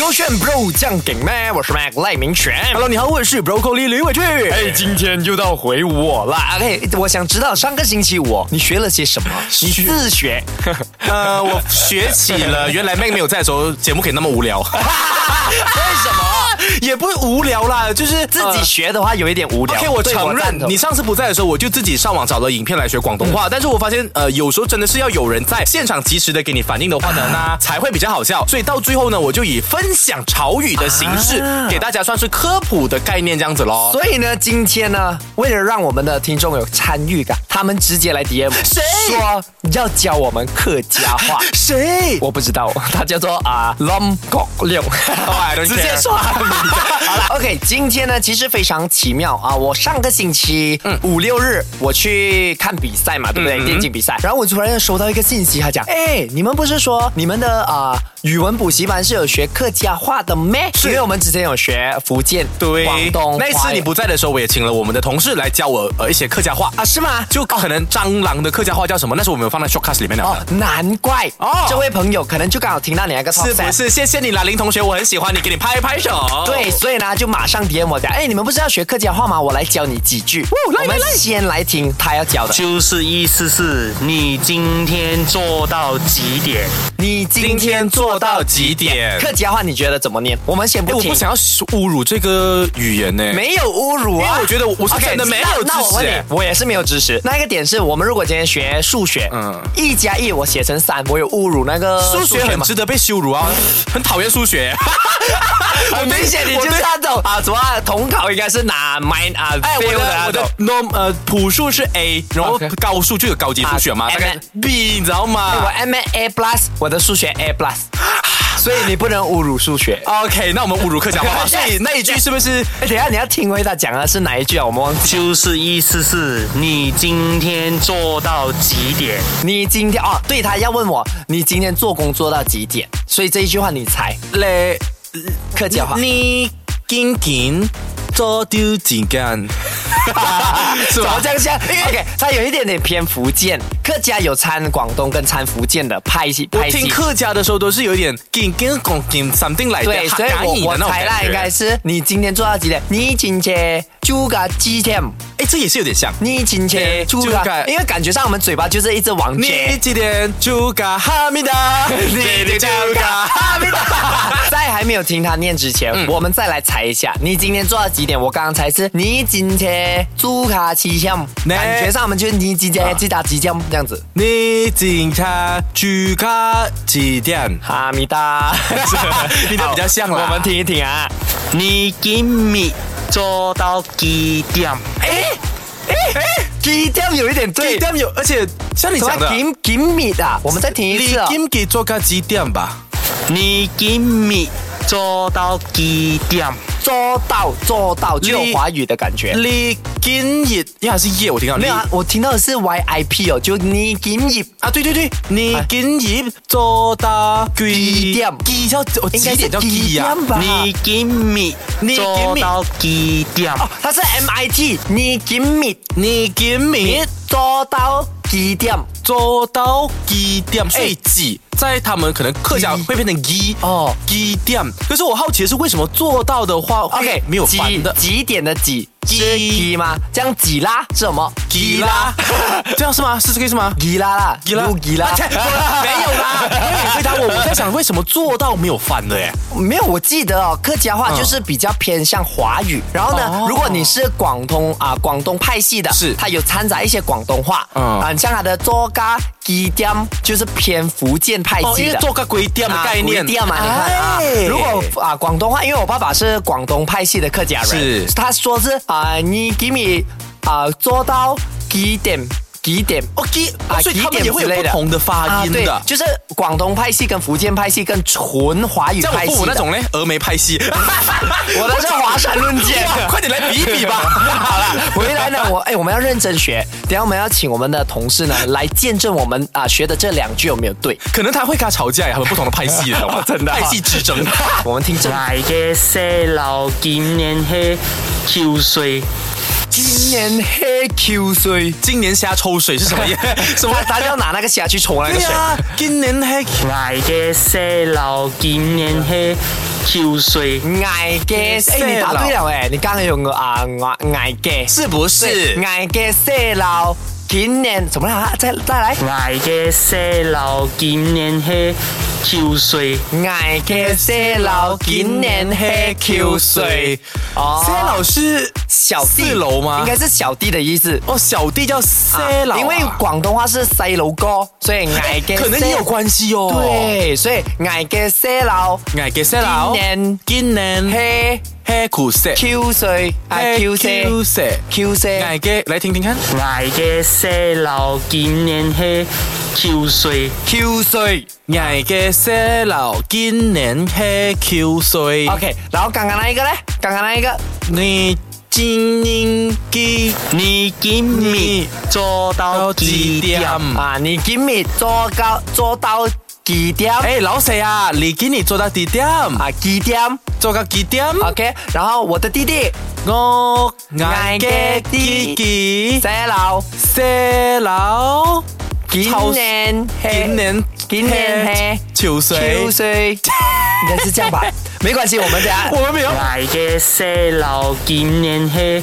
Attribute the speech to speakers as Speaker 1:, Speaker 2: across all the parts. Speaker 1: 勾选 bro 酱给麦，我是 Mac 赖明全。
Speaker 2: Hello，你好，我是 Broccoli 李伟俊。
Speaker 1: 哎，今天又到回我啦。哎，我想知道上个星期我你学了些什么？你自 学，
Speaker 2: 呃，我学起了，原来 Mac 没有在的时候，节目可以那么无聊，
Speaker 1: 为什么？
Speaker 2: 也不无聊啦，就是自
Speaker 1: 自己。学的话有一点无聊。
Speaker 2: OK，我
Speaker 1: 对
Speaker 2: 承认
Speaker 1: 赞，同
Speaker 2: 你上次不在的时候，我就自己上网找了影片来学广东话。但是我发现，呃，有时候真的是要有人在现场及时的给你反应的话呢，那才会比较好笑。所以到最后呢，我就以分享潮语的形式、给大家算是科普的概念这样子咯。
Speaker 1: 所以呢，今天呢，为了让我们的听众有参与感，他们直接来 DM 我
Speaker 2: 谁
Speaker 1: 说要教我们客家话。
Speaker 2: 谁？
Speaker 1: 我不知道， 他叫做啊 Lom Kok 六，
Speaker 2: I don't care
Speaker 1: 直接说。 好了，OK，今天呢其实非常奇妙啊，我上个星期五六日我去看比赛嘛，对不对？电竞比赛，然后我突然收到一个信息，他讲，哎，你们不是说你们的啊、语文补习班是有学客家话的咩？因为我们之前有学福建、
Speaker 2: 对，
Speaker 1: 广东，
Speaker 2: 那一次
Speaker 1: 华语
Speaker 2: 你不在的时候，我也请了我们的同事来教我呃一些客家话
Speaker 1: 啊是吗？
Speaker 2: 就可能蟑螂的客家话叫什么？那是我们有放在 shortcast 里面聊
Speaker 1: 哦
Speaker 2: 的。，
Speaker 1: 难怪
Speaker 2: 哦
Speaker 1: 哦，这位朋友可能就刚好听到你那个 talk
Speaker 2: 是不
Speaker 1: set
Speaker 2: 是？谢谢你啦，林同学，我很喜欢你，给你拍拍手。
Speaker 1: 对，所以呢，就马上 DM 我讲，哎，你们不是要学客家话吗？我来教你几句。我们先来听他要教的。
Speaker 3: 就是意思是你今天做到几点？
Speaker 1: 你今
Speaker 2: 今
Speaker 1: 天
Speaker 2: 天
Speaker 1: 做
Speaker 2: 做
Speaker 1: 到
Speaker 2: 到几点？
Speaker 1: 客家话，你觉得怎么念？我们先
Speaker 2: 哎，
Speaker 1: 不
Speaker 2: 我
Speaker 1: 听
Speaker 2: 不，想要侮辱这个语言呢。
Speaker 1: 没有侮辱
Speaker 2: 因
Speaker 1: 啊
Speaker 2: 为。我觉得我是
Speaker 1: OK，
Speaker 2: 真的没
Speaker 1: 那
Speaker 2: 有知
Speaker 1: 那我问
Speaker 2: 识
Speaker 1: 你
Speaker 2: 哎，
Speaker 1: 我也是没有知识。那一个点是我们如果今天学数学，嗯
Speaker 2: 嗯，
Speaker 1: 一加一我写成三，我有侮辱那个
Speaker 2: 数学很
Speaker 1: 吗
Speaker 2: 值得被羞辱啊，很讨厌数学。
Speaker 1: 很明显，你
Speaker 2: 我
Speaker 1: 就
Speaker 2: 对
Speaker 1: 是那种啊，什么啊统考应该是拿 mine 啊
Speaker 2: 哎，我
Speaker 1: fail 的
Speaker 2: 的
Speaker 1: 那
Speaker 2: 我
Speaker 1: 种
Speaker 2: 的。norm 呃普数是 A，然后
Speaker 1: OK
Speaker 2: 高数就有高级数学嘛，
Speaker 1: 啊
Speaker 2: 大概 B，你知道
Speaker 1: 哎我
Speaker 2: 吗
Speaker 1: M A plus，我的数学 A plus，所以你不能侮辱数学。
Speaker 2: ？OK，那我们侮辱客家 话吧，所以那一句是不 是？
Speaker 1: 哎，等一下你要听回他讲的是哪一句啊？我们忘记。
Speaker 3: 就是意思是你今天做到几点？
Speaker 1: 你今天哦，对他要问我，你今天做工做到几点？所以这一句话你猜
Speaker 2: 嘞，
Speaker 1: 客家话。
Speaker 2: 你今天做丢几干？是
Speaker 1: 怎么
Speaker 2: 吧？
Speaker 1: 这样 像？OK，他有一点点偏福建，客家有掺广东跟掺福建的派系
Speaker 2: 我
Speaker 1: 派
Speaker 2: 听
Speaker 1: 系。
Speaker 2: 客家的时候都是有一点金金拱金 something 来的，
Speaker 1: 对，所以我我猜啦，应该是你今天做到几点？你今天就个几点？
Speaker 2: 哎，这也是有点像。
Speaker 1: 你今天就
Speaker 2: 就
Speaker 1: 个
Speaker 2: 个，
Speaker 1: 因为感觉上我们嘴巴就是一直往
Speaker 2: 你
Speaker 1: 接。
Speaker 2: 几点就嘎哈密达？你的就嘎哈密达。
Speaker 1: 在还没有听他念之前，
Speaker 2: 嗯
Speaker 1: 我们再来猜一下，你今天做到几点？我刚刚猜是你今天租卡七项，
Speaker 2: 呢
Speaker 1: 感觉上我们就是你今天几打几项这样
Speaker 2: 啊
Speaker 1: 子。
Speaker 2: 你今天就嘎几点？
Speaker 1: 哈密达，
Speaker 2: 你的比较像了。
Speaker 1: 我们听一听啊。
Speaker 3: 你今日做到几点？
Speaker 1: 基调有一点对
Speaker 2: 几，点有？而且像你
Speaker 1: 什
Speaker 2: 讲
Speaker 1: 么
Speaker 2: 的，
Speaker 1: 金金米的，我们再听一
Speaker 2: 你
Speaker 1: 次啊。
Speaker 2: 今给做嘎几点吧？
Speaker 3: 你今日做到几点？
Speaker 1: 做到做到，就有华语的感觉。
Speaker 2: 你今日因为还是夜，我听到
Speaker 1: 没有啊，我听到的是 YIP 哦，就你金米
Speaker 2: 啊，对对
Speaker 1: 哎
Speaker 2: 对，你今日做到
Speaker 1: 几
Speaker 2: 几
Speaker 1: 点
Speaker 2: 几叫哦，
Speaker 1: 应该
Speaker 2: 几
Speaker 1: 是
Speaker 2: 点叫
Speaker 1: 基
Speaker 2: 几呀？
Speaker 1: 调吧？
Speaker 3: 你今日
Speaker 2: 你今日
Speaker 3: 做到几点？
Speaker 1: 哦，它是 MIT，你金米
Speaker 2: 啊你今
Speaker 1: 你
Speaker 2: 日
Speaker 1: 做到几点？
Speaker 2: 做到几点？所以几在他们可能客家
Speaker 1: 几
Speaker 2: 会变成几
Speaker 1: 哎哦
Speaker 2: 哦，几点？可是我好奇的是，为什么做到的话
Speaker 1: OK，
Speaker 2: 会没有
Speaker 1: 几
Speaker 2: 翻的？
Speaker 1: 几点的几？是几吗？这样几啦是什么？
Speaker 2: 几啦， 这样是吗？是这个意思吗？
Speaker 1: 几啦啦，
Speaker 2: 几啦
Speaker 1: 有几啦
Speaker 2: 啊切，
Speaker 1: 没有 啦，
Speaker 2: 因为你回答我，我在想为什么做到没有翻的耶？
Speaker 1: 没有，我记得哦，客家话就是比较偏向华语。然后呢，
Speaker 2: 嗯哦
Speaker 1: 如果你是广东啊、广东派系的，
Speaker 2: 是
Speaker 1: 它有掺杂一些广东话。
Speaker 2: 嗯
Speaker 1: 啊，像它的做嘎鸡点就是偏福建派
Speaker 2: 哦，因
Speaker 1: 系
Speaker 2: 为
Speaker 1: 的。
Speaker 2: 做个鬼点的
Speaker 4: 啊
Speaker 2: 概念，
Speaker 1: 第二嘛，你看啊
Speaker 2: 哎，
Speaker 1: 如果啊广东话，因为我爸爸是广东派系的客家人，
Speaker 2: 是
Speaker 1: 他说是啊，你给你啊做到几点几点
Speaker 2: 哦，几
Speaker 1: 啊，
Speaker 2: 所以他
Speaker 1: 几
Speaker 2: 们
Speaker 1: 点
Speaker 2: 也会
Speaker 1: 之
Speaker 2: 有
Speaker 1: 类
Speaker 2: 不
Speaker 1: 的
Speaker 2: 同的发音的
Speaker 1: 啊对，。就是广东派系跟福建派系跟纯华语
Speaker 2: 像我
Speaker 1: 派
Speaker 2: 父
Speaker 1: 系
Speaker 2: 母那
Speaker 1: 的。
Speaker 2: 种嘞，峨眉派 系，
Speaker 1: 我的是华山论 剑。
Speaker 2: 哇快点来比一比吧。 好了，
Speaker 1: 回来呢，我哎，我们要认真学。等一下我们要请我们的同事呢来见证我们啊学的这两句有没有对。
Speaker 2: 可能他会跟他吵架呀，他们不同的派系，你知道 吗？
Speaker 1: 真的啊
Speaker 2: 派系之争。
Speaker 1: 我们听真。
Speaker 3: 来嘅細路今年去九歲，
Speaker 1: 今年黑 Q 水，
Speaker 2: 今年虾抽水是什 么意什么
Speaker 1: 他？他要拿那个虾去冲那个
Speaker 2: 对
Speaker 1: 水。
Speaker 2: 呀，今年黑
Speaker 3: 捱嘅細路今年係九歲，
Speaker 1: 矮嘅
Speaker 2: 色
Speaker 1: 哎，你答
Speaker 2: 佬
Speaker 1: 对了哎，你刚刚有个啊矮矮嘅，
Speaker 2: 是不是？
Speaker 1: 矮嘅色佬，今年怎么了啊？再再来，
Speaker 3: 捱嘅細路今年係九歲，
Speaker 1: 矮嘅色佬，今年黑 Q 水。哦
Speaker 2: 谢老师
Speaker 1: 小弟
Speaker 2: 四楼吗
Speaker 1: 应该是小弟的意思。
Speaker 2: 哦，小弟叫谢
Speaker 1: 啊
Speaker 2: 老啊，
Speaker 1: 因为广东话是西楼哥，所以矮嘅
Speaker 2: 可能
Speaker 1: 色
Speaker 2: 也有关系哦。，
Speaker 1: 对，所以矮嘅色佬
Speaker 2: 我嘅谢老，
Speaker 1: 今年
Speaker 2: 今年
Speaker 1: 黑
Speaker 2: 黑苦涩，
Speaker 1: Q 水啊 Q 色
Speaker 2: 苦涩，
Speaker 1: Q 色
Speaker 2: 我嘅来听听看，
Speaker 3: 捱嘅細路今年係九歲，
Speaker 1: Q 水。
Speaker 2: 我嘅谢老，今年黑苦涩。
Speaker 1: OK，然后刚刚那一个呢？刚刚那一个
Speaker 2: 你今年几
Speaker 3: 你今年做到
Speaker 2: 到几
Speaker 3: 幾
Speaker 2: 点
Speaker 3: 點？？
Speaker 1: 啊，你今日做到做到几点？
Speaker 2: 哎，老谢啊，你今年做到几点？
Speaker 1: 啊，几点
Speaker 2: 做到几点？
Speaker 1: ？OK，然后我的弟弟
Speaker 2: 我爱嘅弟弟
Speaker 1: 在老
Speaker 2: 谢老，
Speaker 1: 今
Speaker 2: 超
Speaker 1: 年嘿
Speaker 2: 今年
Speaker 1: 今年嘿
Speaker 2: 秋水
Speaker 1: 秋，水，应该是这 样吧？没关系，我们等下
Speaker 2: 我们没有
Speaker 3: 捱嘅細路今年係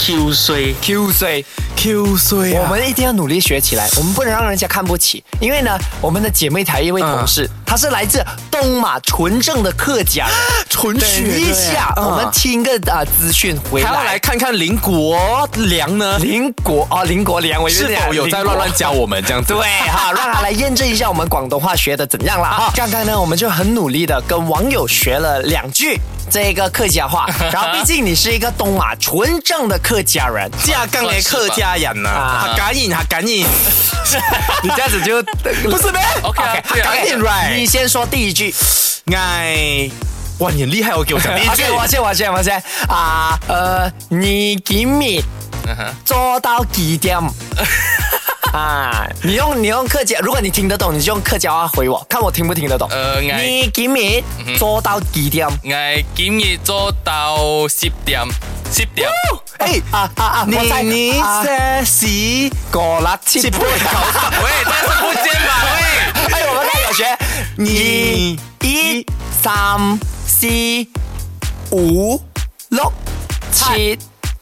Speaker 3: 九歲。
Speaker 1: Q 水。
Speaker 2: 秋水
Speaker 1: 我
Speaker 2: 啊。
Speaker 1: 们一定要努力学起来，我们不能让人家看不起。因为呢，我们的姐妹台一位同事，
Speaker 2: 嗯
Speaker 1: 她是来自东马纯正的客家人，
Speaker 2: 纯血
Speaker 1: 等
Speaker 2: 的
Speaker 1: 一下，
Speaker 2: 嗯
Speaker 1: 我们听个啊资讯回
Speaker 2: 还要
Speaker 1: 来
Speaker 2: 来。看看林国良呢，
Speaker 1: 林国哦，林国良，我以为
Speaker 2: 是
Speaker 1: 你
Speaker 2: 否有在乱乱
Speaker 1: 林
Speaker 2: 教我们这样子？
Speaker 1: 国？对哈，让他来验证一下我们广东话学的怎样了哈。 刚刚呢，我们就很努力的跟网友学了两句这个客家 话，然后毕竟你是一个东马纯正的客家人，
Speaker 2: 架杠的客家人呐，
Speaker 1: 啊
Speaker 2: 他感应，他感应，
Speaker 1: 你这样子 就不
Speaker 2: 不是呗？OK，他感应 right，
Speaker 1: 你先说第一句。
Speaker 2: 哎，哇，你很厉害哦，给 我讲第一句
Speaker 1: OK，，我先，我先，我先啊，呃，你几米做到几点？啊，你用你用客家，如果你听得懂，你就用客家话回我，看我听不听得懂。
Speaker 4: 呃嗌
Speaker 1: 你几米做到几点？
Speaker 4: ngày kiểm nghiệm cho tàu ship điểm ship điểm
Speaker 1: 哎啊啊啊！
Speaker 2: 你
Speaker 1: 我在
Speaker 2: 你
Speaker 1: 啊
Speaker 2: 这是
Speaker 1: 过了七步，
Speaker 4: 喂这是不见吧喂
Speaker 1: 哎，我们开始学，你
Speaker 2: 你
Speaker 1: 一三四五六七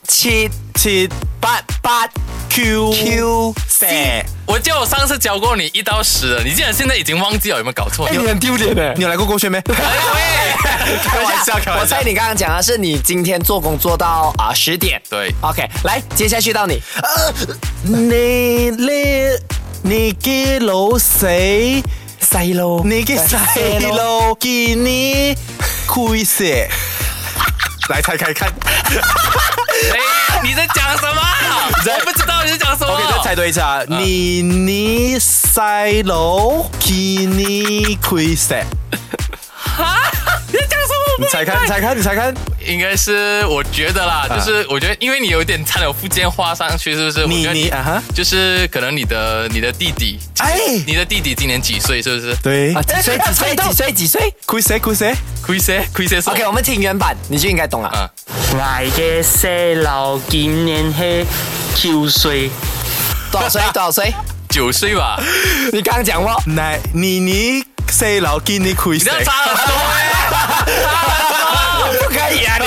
Speaker 1: 七
Speaker 2: 七
Speaker 1: 八八
Speaker 2: Q
Speaker 1: Q
Speaker 2: 四
Speaker 1: C。
Speaker 4: 我记得我上次教过你一到十了你竟然现在已经忘记了有没有搞错
Speaker 1: 哎，你很丢脸哎！
Speaker 2: 你有来过勾选没？开玩笑，开
Speaker 1: 我
Speaker 2: 玩笑
Speaker 1: 猜。你刚刚讲的是你今天做工做到啊十、0点。
Speaker 4: 对
Speaker 1: ，OK，来，接下去到你。
Speaker 2: 你你你嘅老细，
Speaker 1: 细路，
Speaker 2: 你嘅细路见你亏死。来猜猜看
Speaker 4: 哎你在讲什 么我不知道你在讲什么
Speaker 2: ，OK，再猜对一下。你你细路见你亏死，
Speaker 4: 你在讲什么
Speaker 2: 你猜看，你猜看，你猜看。
Speaker 4: 应该是我觉得
Speaker 2: 啊
Speaker 4: 啦就是我觉得因为你有点掺有福建话上去是不是我
Speaker 2: 你
Speaker 4: 觉得
Speaker 2: 你啊哈
Speaker 4: 就是可能你的你的弟弟
Speaker 2: 哎
Speaker 4: 你的弟弟今年几岁是不是
Speaker 2: 对
Speaker 1: 啊，，几岁？几岁？几岁？几岁
Speaker 2: 亏死亏死。
Speaker 4: 亏些亏些什么
Speaker 1: ？OK，我们听原版，你就应该懂了。
Speaker 4: 啊
Speaker 3: 捱嘅細路今年係九歲，
Speaker 1: 多少岁？多少岁？
Speaker 4: 九岁吧
Speaker 1: 你刚刚讲过。
Speaker 2: 那你你细路见你亏
Speaker 4: 你
Speaker 2: 死
Speaker 4: 这。样差很多欸
Speaker 1: 不可以啊你！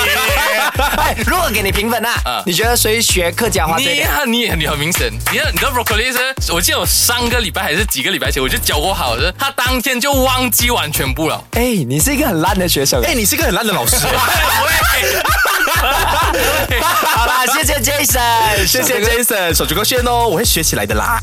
Speaker 1: 哎，如果给你评分啊
Speaker 4: 嗯，
Speaker 1: 你觉得谁学客家话最
Speaker 4: 你
Speaker 1: 点？
Speaker 4: 很你你很明显，你的你的 broccoli 是，我记得我上个礼拜还是几个礼拜前我就教过好的，他当天就忘记完全部了。
Speaker 1: 哎，你是一个很烂的学 生。
Speaker 2: 哎，你是个很烂的老师。
Speaker 1: 好啦，谢谢 Jason，
Speaker 2: 谢谢 Jason，手足够炫哦，我会学起来的啦。